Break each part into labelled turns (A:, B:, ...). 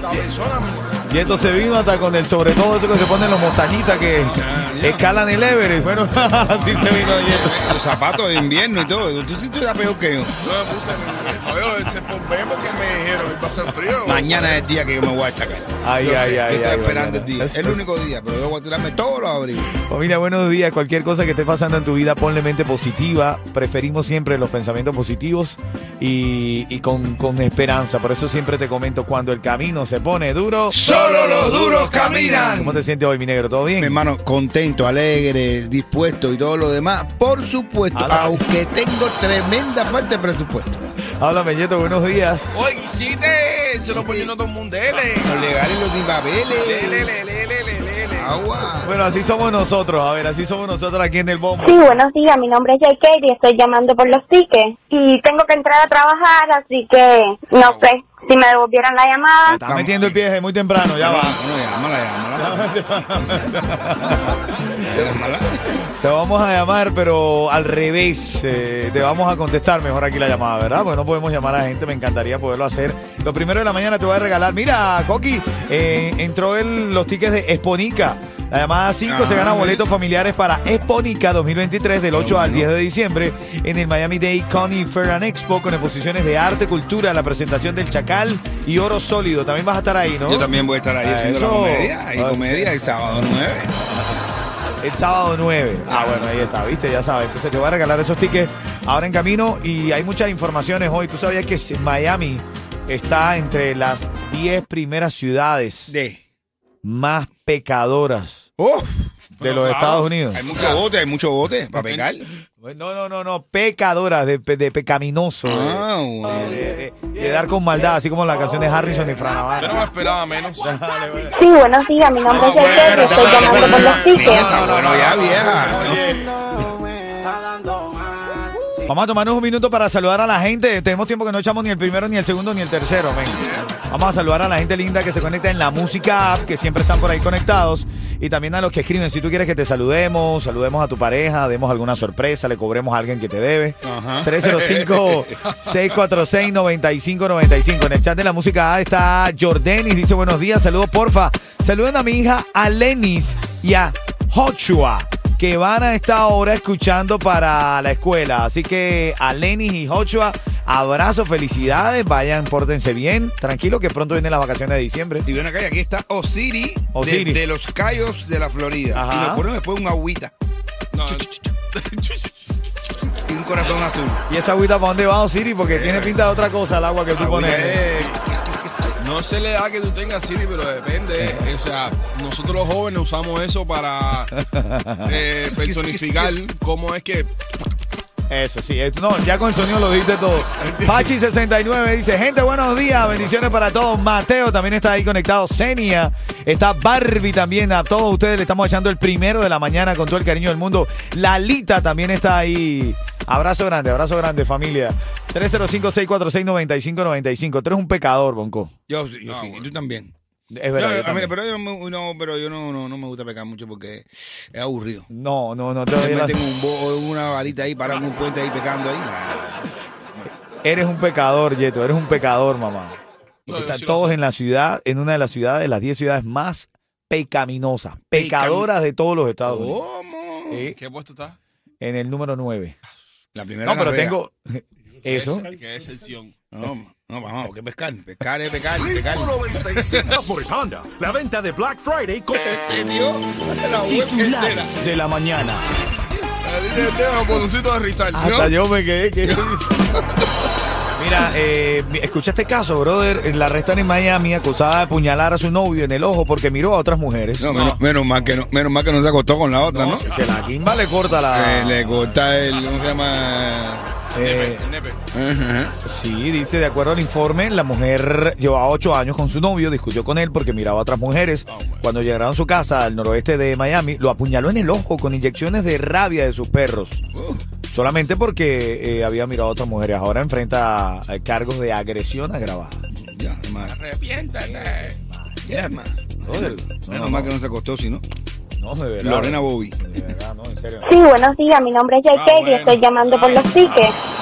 A: con la persona. man.
B: Yeto se vino hasta con el sobre todo eso que se ponen los montañitas que
A: Ah, Ya, ya.
B: escalan el Everest. Bueno, así se vino Yeto.
A: Los zapatos de invierno y todo. Tú sí tú estás peor que yo.
C: Yo me puse el se pompé porque me dijeron, hoy va a ser frío.
A: Mañana es el día que yo me voy a destacar.
B: Ay,
A: Yo
B: ay,
A: sé,
B: ay,
A: Yo estoy
B: ay,
A: esperando
B: mañana.
A: el día.
B: Es-
A: Es el único día, pero yo voy a tirarme todos los abrigos.
B: Familia, buenos días. Cualquier cosa que esté pasando en tu vida, ponle mente positiva. Preferimos siempre los pensamientos positivos y, y con, con esperanza. Por eso siempre te comento, cuando el camino se pone duro...
A: Solo los duros caminan.
B: ¿Cómo te sientes hoy, mi negro? ¿Todo
A: Mi
B: bien?
A: hermano, contento, alegre, dispuesto y todo lo demás. Por supuesto,
B: Ala.
A: aunque tengo tremenda falta de presupuesto.
B: Háblame, Yeto, buenos días.
C: Oye, hiciste, se lo poniendo todo el mundo. Dele,
A: Los legales, los sin
C: dele,
A: papeles.
C: dele, dele, dele, dele.
A: Agua.
B: Bueno, así somos nosotros. A ver, así somos nosotros aquí en El Bombo.
D: Sí, buenos días. Mi nombre es JK y estoy llamando por los tickets. Y tengo que entrar a trabajar, así que
C: Ah,
D: no sé si me devolvieran la llamada.
B: Estás metiendo el pie desde muy temprano, ya va.
A: Bueno, llámala, llámala. Llámala.
B: Te vamos a llamar, pero al revés. eh, te vamos a contestar mejor aquí la llamada, ¿verdad? Porque no podemos llamar a gente, me encantaría poderlo hacer. Lo primero de la mañana te voy a regalar. Mira, Coqui, eh, entró el- los tickets de Exponica. La llamada 5 se
A: Ah,
B: gana
A: sí.
B: boletos familiares para Exponica 2023 del 8 al 10 de diciembre en el Miami Day Connie Fair and Expo con exposiciones de arte, cultura, la presentación del Chacal y Oro Sólido. También vas a estar ahí, ¿no?
A: Yo también voy a estar ahí
B: Ah,
A: haciendo
B: eso.
A: la comedia. Hay
B: Ah,
A: comedia
B: sí.
A: el sábado 9.
B: El sábado 9. Ah, bueno, ahí está, viste, ya sabes. Entonces te voy a regalar esos tickets ahora en camino y hay muchas informaciones hoy. Tú sabías que Miami está entre las 10 primeras ciudades
A: De. Oh.
B: más pecadoras
A: ¡Uf!
B: de los Estados Unidos.
A: Hay mucho bote, hay mucho bote para pecar.
B: No, no, no, no, pecadoras, de, de pecaminoso. de-
A: Ah, bueno.
B: de, de- de dar con maldad, así como las canciones Harrison y Fran
C: Yo
B: Navarro.
C: no me esperaba menos.
D: Sí, buenos días. Mi nombre es
C: Ah,
D: JK y estoy llamando por los tickets.
A: Piensa, bueno, ya vieja.
B: Vamos a tomarnos un minuto para saludar a la gente. Tenemos tiempo que no echamos ni el primero, ni el segundo, ni el tercero. men. Vamos a saludar a la gente linda que se conecta en la música app, que siempre están por ahí conectados. Y también a los que escriben. Si tú quieres que te saludemos, saludemos a tu pareja, demos alguna sorpresa, le cobremos a alguien que te debe. 305-646-9595. En el chat de la música app está Jordanis. Dice buenos días, saludos porfa. Saluden a mi hija Alenis y a Joshua que van a esta hora escuchando para la escuela. Así que a Lenis y Joshua, abrazo, felicidades, vayan, pórtense bien, tranquilo que pronto vienen las vacaciones de diciembre.
A: Y ven acá, y aquí está Osiri, de,
B: Osiri.
A: de los Cayos de la Florida.
B: Ajá.
A: Y nos ponemos después una agüita
C: No.
A: y un corazón azul.
B: Y esa agüita para dónde va, Siri, porque tiene pinta de otra cosa el agua que tú pones.
C: Eh, no se le da que tú tengas Siri, pero depende. O sea, nosotros los jóvenes usamos eso para eh, personificar cómo es que
B: Eso sí, eh, no, ya con el sonido lo dijiste todo. Pachi69 dice, gente, buenos días, bendiciones para todos. Mateo también está ahí conectado, Senia, está Barbie también, a todos ustedes le estamos echando el primero de la mañana con todo el cariño del mundo. Lalita también está ahí. Abrazo grande, abrazo grande familia. 305-646-9595. Tú eres un pecador, Bonco.
A: Yo, yo
C: Ah,
A: sí, y
C: bueno.
A: tú también.
B: Es
A: Yo-
B: verdad. yo
A: ah, mira,
B: también.
A: pero yo, no, me- no, pero yo no, no, no me gusta pecar mucho porque es aburrido.
B: No, no, no te
A: Te
B: doy la-
A: meten un bo- una varita ahí, paran un puente ahí pecando ahí. nah.
B: Eres un pecador, Yeto, eres un pecador, mamá.
C: No, yo
B: Están
C: sí lo
B: todos
C: sé.
B: en la ciudad, en una de las ciudades, las 10 ciudades más pecaminosas, pecadoras de todos los Estados Unidos.
A: ¿Cómo?
B: Sí,
C: ¿Qué puesto está?
B: en el número 9.
A: La primera
B: No, pero
A: la pega.
B: tengo eso.
C: Qué- Qué excepción.
A: No, no, vamos, que pescar. Pescar es pescar, pescar.
E: Motors Honda. La
B: Eh,
E: venta de Black Friday con...
A: Se dio Eh, la web entera.
F: Titulares de la mañana.
C: Dice el tema, botoncito de ristal.
B: Hasta yo me quedé. ¿qué hice? Mira, eh, mi- escucha este caso, brother. La arrestan en Miami acusada de apuñalar a su novio en el ojo porque miró a otras mujeres.
G: No, menos, menos mal que no, menos mal que no se acostó con la otra, ¿no?
B: Se la quimba le corta
G: Eh,
B: la.
G: le gusta el, ¿cómo se llama?
B: eh,
C: Nepe.
G: Ajá.
B: Sí, dice, de acuerdo al informe, la mujer llevaba ocho años con su novio, discutió con él porque miraba a otras mujeres. Cuando llegaron a su casa al noroeste de Miami, lo apuñaló en el ojo con inyecciones de rabia de sus perros.
A: Uh,
B: Solamente porque eh, había mirado a otras mujeres. Ahora enfrenta eh, cargos de agresión agravada.
A: Ya, hermano.
C: Arrepiéntete.
A: Ya, hermano.
B: Brother, no,
A: Menos
B: no,
A: mal
B: no.
A: que no se acostó, si no.
B: No, de verdad.
A: Lorena Bobby.
B: De verdad, no, en serio.
D: Sí, buenos días. Mi nombre es Jay
C: Ah,
D: Kelly.
C: bueno.
D: Estoy llamando por los tickets.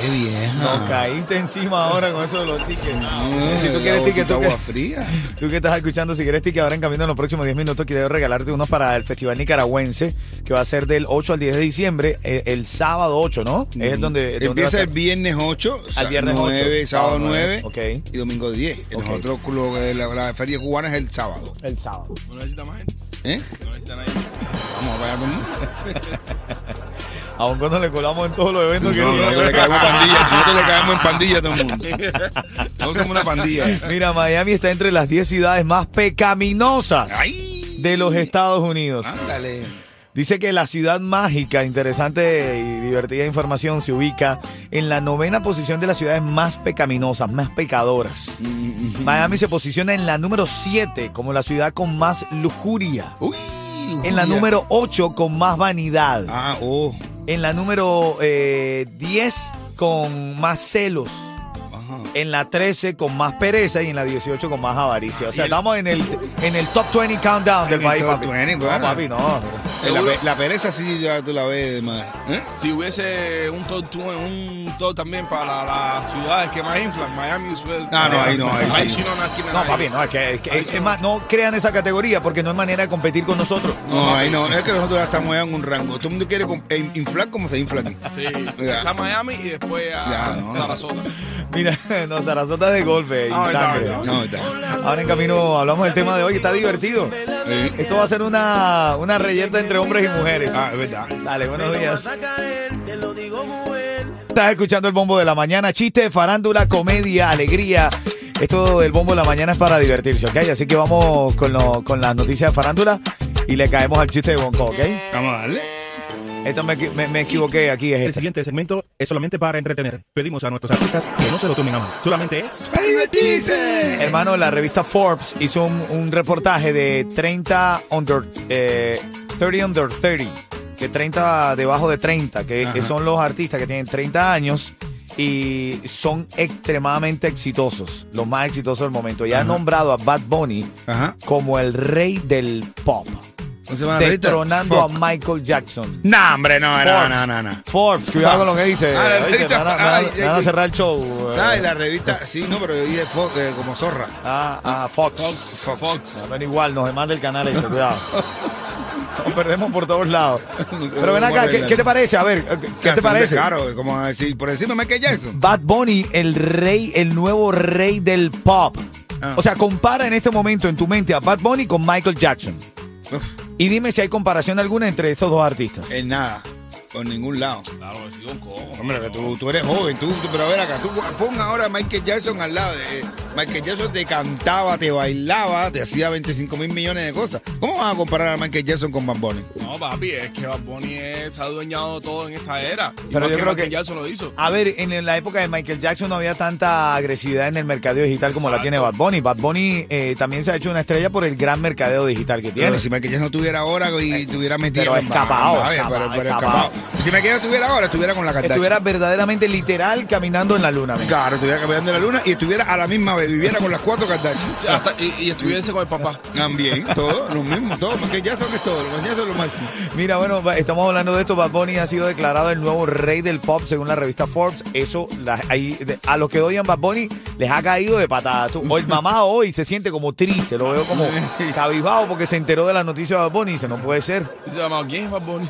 A: Qué vieja.
B: Nos caíste encima ahora con eso de los tickets. si tú
A: la
B: quieres tickets,
A: botita
B: tú
A: agua
B: que-
A: fría.
B: Tú que estás escuchando, si quieres ticket ahora en camino en los próximos 10 minutos, quiero regalarte unos para el Festival Nicaragüense, que va a ser del 8 al 10 de diciembre, eh, el, sábado 8, ¿no? Es donde... donde va a
A: Mm. Empieza el
B: estar.
A: viernes 8,
B: Al viernes 8,
A: 9, sábado
B: sábado
A: 9,
B: nueve, ok.
A: y domingo 10.
B: Ok.
A: Nosotros lo que- la, la feria cubana es el sábado.
B: El sábado.
C: No necesita más gente.
A: ¿eh?
C: No necesita nadie.
A: Vamos a pagar con
B: Aun cuando le colamos en todos los eventos que
A: No,
B: tiene.
A: nosotros le caemos pandilla, nosotros le caemos en pandilla a todo el mundo. Nosotros somos una pandilla.
B: Mira, Miami está entre las 10 ciudades más pecaminosas
A: ¡Ay!
B: de los Estados Unidos.
A: Ándale.
B: Dice que la ciudad mágica, interesante y divertida información, se ubica en la novena posición de las ciudades más pecaminosas, más pecadoras.
A: Mm-hmm.
B: Miami se posiciona en la número 7 como la ciudad con más lujuria.
A: Uy,
B: En la
A: Julia.
B: número 8 con más vanidad.
A: Ah, oh.
B: En la número eh, 10 con más celos. En la 13 con más pereza y en la 18 con más avaricia. O sea, estamos en el, en el top 20 countdown del
A: En el
B: país,
A: top
B: papi.
A: 20,
B: no,
A: bueno.
B: papi, no.
A: La, pe- la pereza sí ya tú la ves de más. ¿Eh?
C: Si hubiese un top, two- un top también para las ciudades que más inflan, Miami suele-
A: Ah, no, ahí no, ahí sí.
C: sí no, no, aquí
B: No,
C: nadie.
B: papi, no, es que, es, que- es- es más, no crean esa categoría porque no hay manera de competir con nosotros.
A: No, ahí no. Es que nosotros ya estamos ya en un rango. Todo el mundo quiere com- eh, inflar como se infla aquí.
C: Sí,
A: Ya.
C: está Miami y después a
A: Ya, no.
C: Sarasota.
B: Mira, nos Sarasota de golpe y sangre.
A: No, está.
B: Ahora en camino hablamos del tema de hoy, está divertido. Esto va a ser una, una reyerta entre hombres y mujeres.
A: Ah, es verdad.
B: Dale, buenos días. Estás escuchando el bombo de la mañana, chiste, farándula, comedia, alegría. Esto del bombo de la mañana es para divertirse, ¿ok? Así que vamos con, lo- con las noticias de farándula y le caemos al chiste de Bonco, ¿ok?
A: Vamos a darle.
B: Esto me, equi- me- me equivoqué, aquí es
H: El
B: este.
H: siguiente segmento es solamente para entretener. Pedimos a nuestros artistas que no se lo tomen a mal. Solamente es
A: ¡A divertirse!
B: Hermano, la revista Forbes hizo un, un reportaje de 30 under, eh, 30 under 30, que 30 debajo de 30, que, que son los artistas que tienen 30 años y son extremadamente exitosos, los más exitosos del momento. Y ha nombrado a Bad Bunny
A: Ajá.
B: como el rey del pop,
A: ¿No se van a reírte?
B: destronando
A: Fuck.
B: a Michael Jackson.
A: No, hombre, no, no,
B: Forbes.
A: no, no, no.
B: Forbes, cuidado con lo que dice.
A: Ah, la
B: Oíste,
A: revista-
B: me van a- me van a-
A: ay,
B: me van a
A: ay,
B: cerrar el show. eh.
A: Ah, y la revista, sí, no, pero yo dije Fox, eh, como zorra.
B: Ah, ah, Fox.
A: Fox.
B: No, pero igual, nos demanda el canal ese, cuidado. Nos perdemos por todos lados. Pero ven acá, ¿qué, qué te parece? A ver, ¿qué te parece?
A: Claro, eh, como decir, por encima de Michael Jackson.
B: Bad Bunny, el rey, el nuevo rey del pop.
A: Ah.
B: O sea, compara en este momento en tu mente a Bad Bunny con Michael Jackson.
A: Uf,
B: Y dime si hay comparación alguna entre estos dos artistas.
A: en nada, por ningún lado.
C: Claro, sí, un cojo.
A: Hombre, que tú, tú eres joven, tú, tú- pero a ver acá, tú pon ahora a Michael Jackson al lado. de- eh, Michael Jackson te cantaba, te bailaba, te hacía 25 mil millones de cosas. ¿Cómo vas a comparar a Michael Jackson con Bad Bunny?
C: No, papi, es que Bad Bunny es- se ha adueñado de todo en esta era. Y
B: Pero
C: más
B: yo creo que-
C: Michael Jackson lo hizo.
B: A ver, en la época de Michael Jackson no había tanta agresividad en el mercadeo digital como la tiene Bad Bunny. Bad Bunny eh, también se ha hecho una estrella por el gran mercadeo digital que tiene.
A: Pero si Michael Jackson estuviera ahora y tuviera metido.
B: pero
A: en-
B: escapado,
A: Vamos a ver,
B: escapado,
A: pero- pero
B: escapado.
A: escapado. Si Michael Jackson estuviera ahora, estuviera con la Kardashian.
B: estuviera verdaderamente literal caminando en la luna. men.
A: Claro, estuviera campeón de la luna y estuviera a la misma vez, viviera con las cuatro Kardashian.
C: Sí, hasta- y, y estuviese con el papá.
A: También, todo, lo mismo, todo, porque ya son es todo, lo más- ya son lo máximo.
B: Mira, bueno, va- estamos hablando de esto. Bad Bunny ha sido declarado el nuevo rey del pop según la revista Forbes. Eso, la- ahí, de- a los que odian Bad Bunny les ha caído de patada. Tú- o el mamá hoy se siente como triste, lo veo como cabizbajo porque se enteró de la noticia de Bad Bunny y dice, no puede ser.
C: Dice, mamá, ¿quién es Bad Bunny?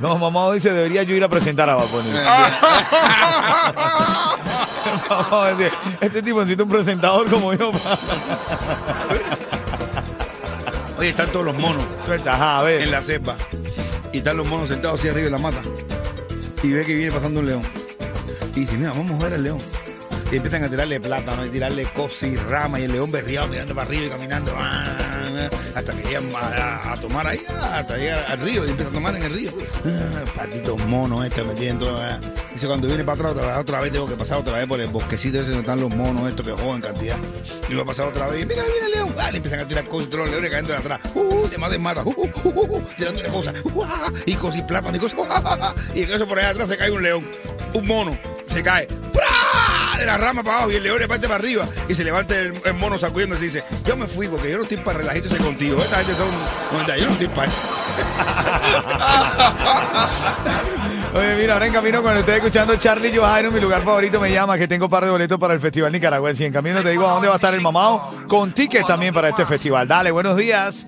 B: No, mamá hoy dice, debería yo ir a presentar a Bad Bunny. Mamá dice, este tipo necesita un presentador como yo. pa".
A: Oye, están todos los monos
B: Suelta, ajá, a ver.
A: en la cepa. Y están los monos sentados así arriba de la mata. Y ve que viene pasando un león. Y dice, mira, vamos a joder al león. Y empiezan a tirarle plátano y tirarle cosas y ramas y el león berriado mirando para arriba y caminando. ah, ah, ah, Hasta que llegan a, a tomar ahí, ah, hasta llegar al río y empieza a tomar en el río. Ah, patitos monos estos metiendo. ah. Dice, cuando viene para atrás otra, otra vez tengo que pasar otra vez por el bosquecito ese donde están los monos estos que juegan cantidad. Y va a pasar otra vez. Mira, mira el león. Ah, le empiezan a tirar cosas y todos los leones cayendo de atrás. Uh, uh, te mata, te mata. Uh, uh, uh, uh, tirándole cosas. Uh, ah, y cosas y plátano y cosas. Uh, ah, ah, ah. Y en eso por allá atrás se cae un león. Un mono. Se cae. ¡Pra! de la rama para abajo y el león le parte para arriba y se levanta el, el mono sacudiéndose y dice, yo me fui porque yo no estoy para relajito ese contigo. Esta gente son... no, anda, Yo no estoy para eso.
B: Oye, mira, ahora en camino cuando estoy escuchando Charlie Johairo, mi lugar favorito me llama, que tengo un par de boletos para el Festival Nicaragüense. Y en camino te digo a dónde va a estar el mamado, con tickets también para este festival. Dale, buenos días.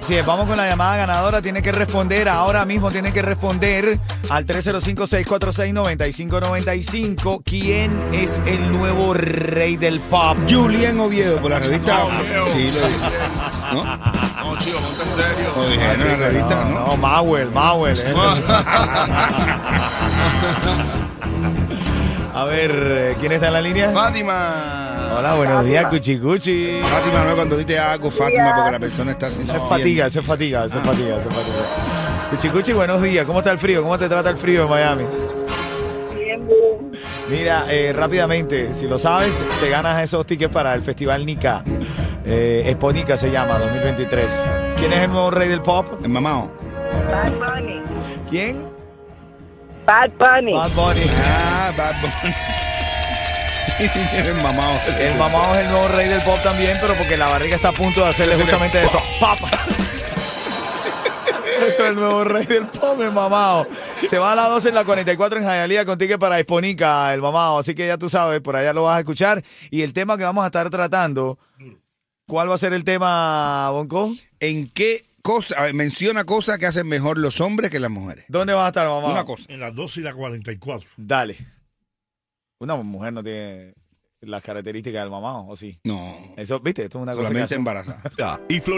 B: Si vamos con la llamada ganadora, tiene que responder ahora mismo, tiene que responder al 305-646-9595. ¿Quién es el nuevo rey del pop?
A: Julián Oviedo
B: Ah,
A: por la revista... sí, lo dije. ¿No?
C: No, chico, ponte en serio.
A: Lo dije en la revista, ¿no?
B: No, Mauel, Mauel. ¿eh? A ver, eh, ¿quién está en la línea?
C: Fátima.
B: Hola, buenos días, Cuchicuchi.
A: Fátima, no, cuando dices algo, Fátima, porque la persona está sin
B: Eso es fatiga, eso es fatiga, eso es fatiga, eso es fatiga. Cuchicuchi, buenos días. ¿Cómo está el frío? ¿Cómo te trata el frío en Miami? Mira, eh, rápidamente, si lo sabes, te ganas esos tickets para el Festival Nica. Eh, Expo Nica se llama, 2023. ¿Quién es el nuevo rey del pop?
A: El mamado.
I: Bad Bunny.
B: ¿Quién?
I: Bad Bunny.
B: Bad Bunny.
A: Ah, Bad Bunny. el mamado.
B: El mamado es el nuevo rey del pop también, pero porque la barriga está a punto de hacerle justamente eso. ¡Pap! Eso es el nuevo rey del pop, el mamado. Se va a las 12 en la 44 en Jayalía con ticket para Hisponica, el mamado. Así que ya tú sabes, por allá lo vas a escuchar. Y el tema que vamos a estar tratando, ¿cuál va a ser el tema, Bonco?
A: ¿En qué cosa? a ver, menciona cosas que hacen mejor los hombres que las mujeres.
B: ¿Dónde vas a estar, mamado?
A: Una cosa.
E: En las 12 y la 44.
B: Dale. Una mujer no tiene las características del mamado, ¿o sí?
A: No.
B: Eso, viste, esto es una cosa que
A: Solamente
B: hace-
A: embarazada.
E: Y Flor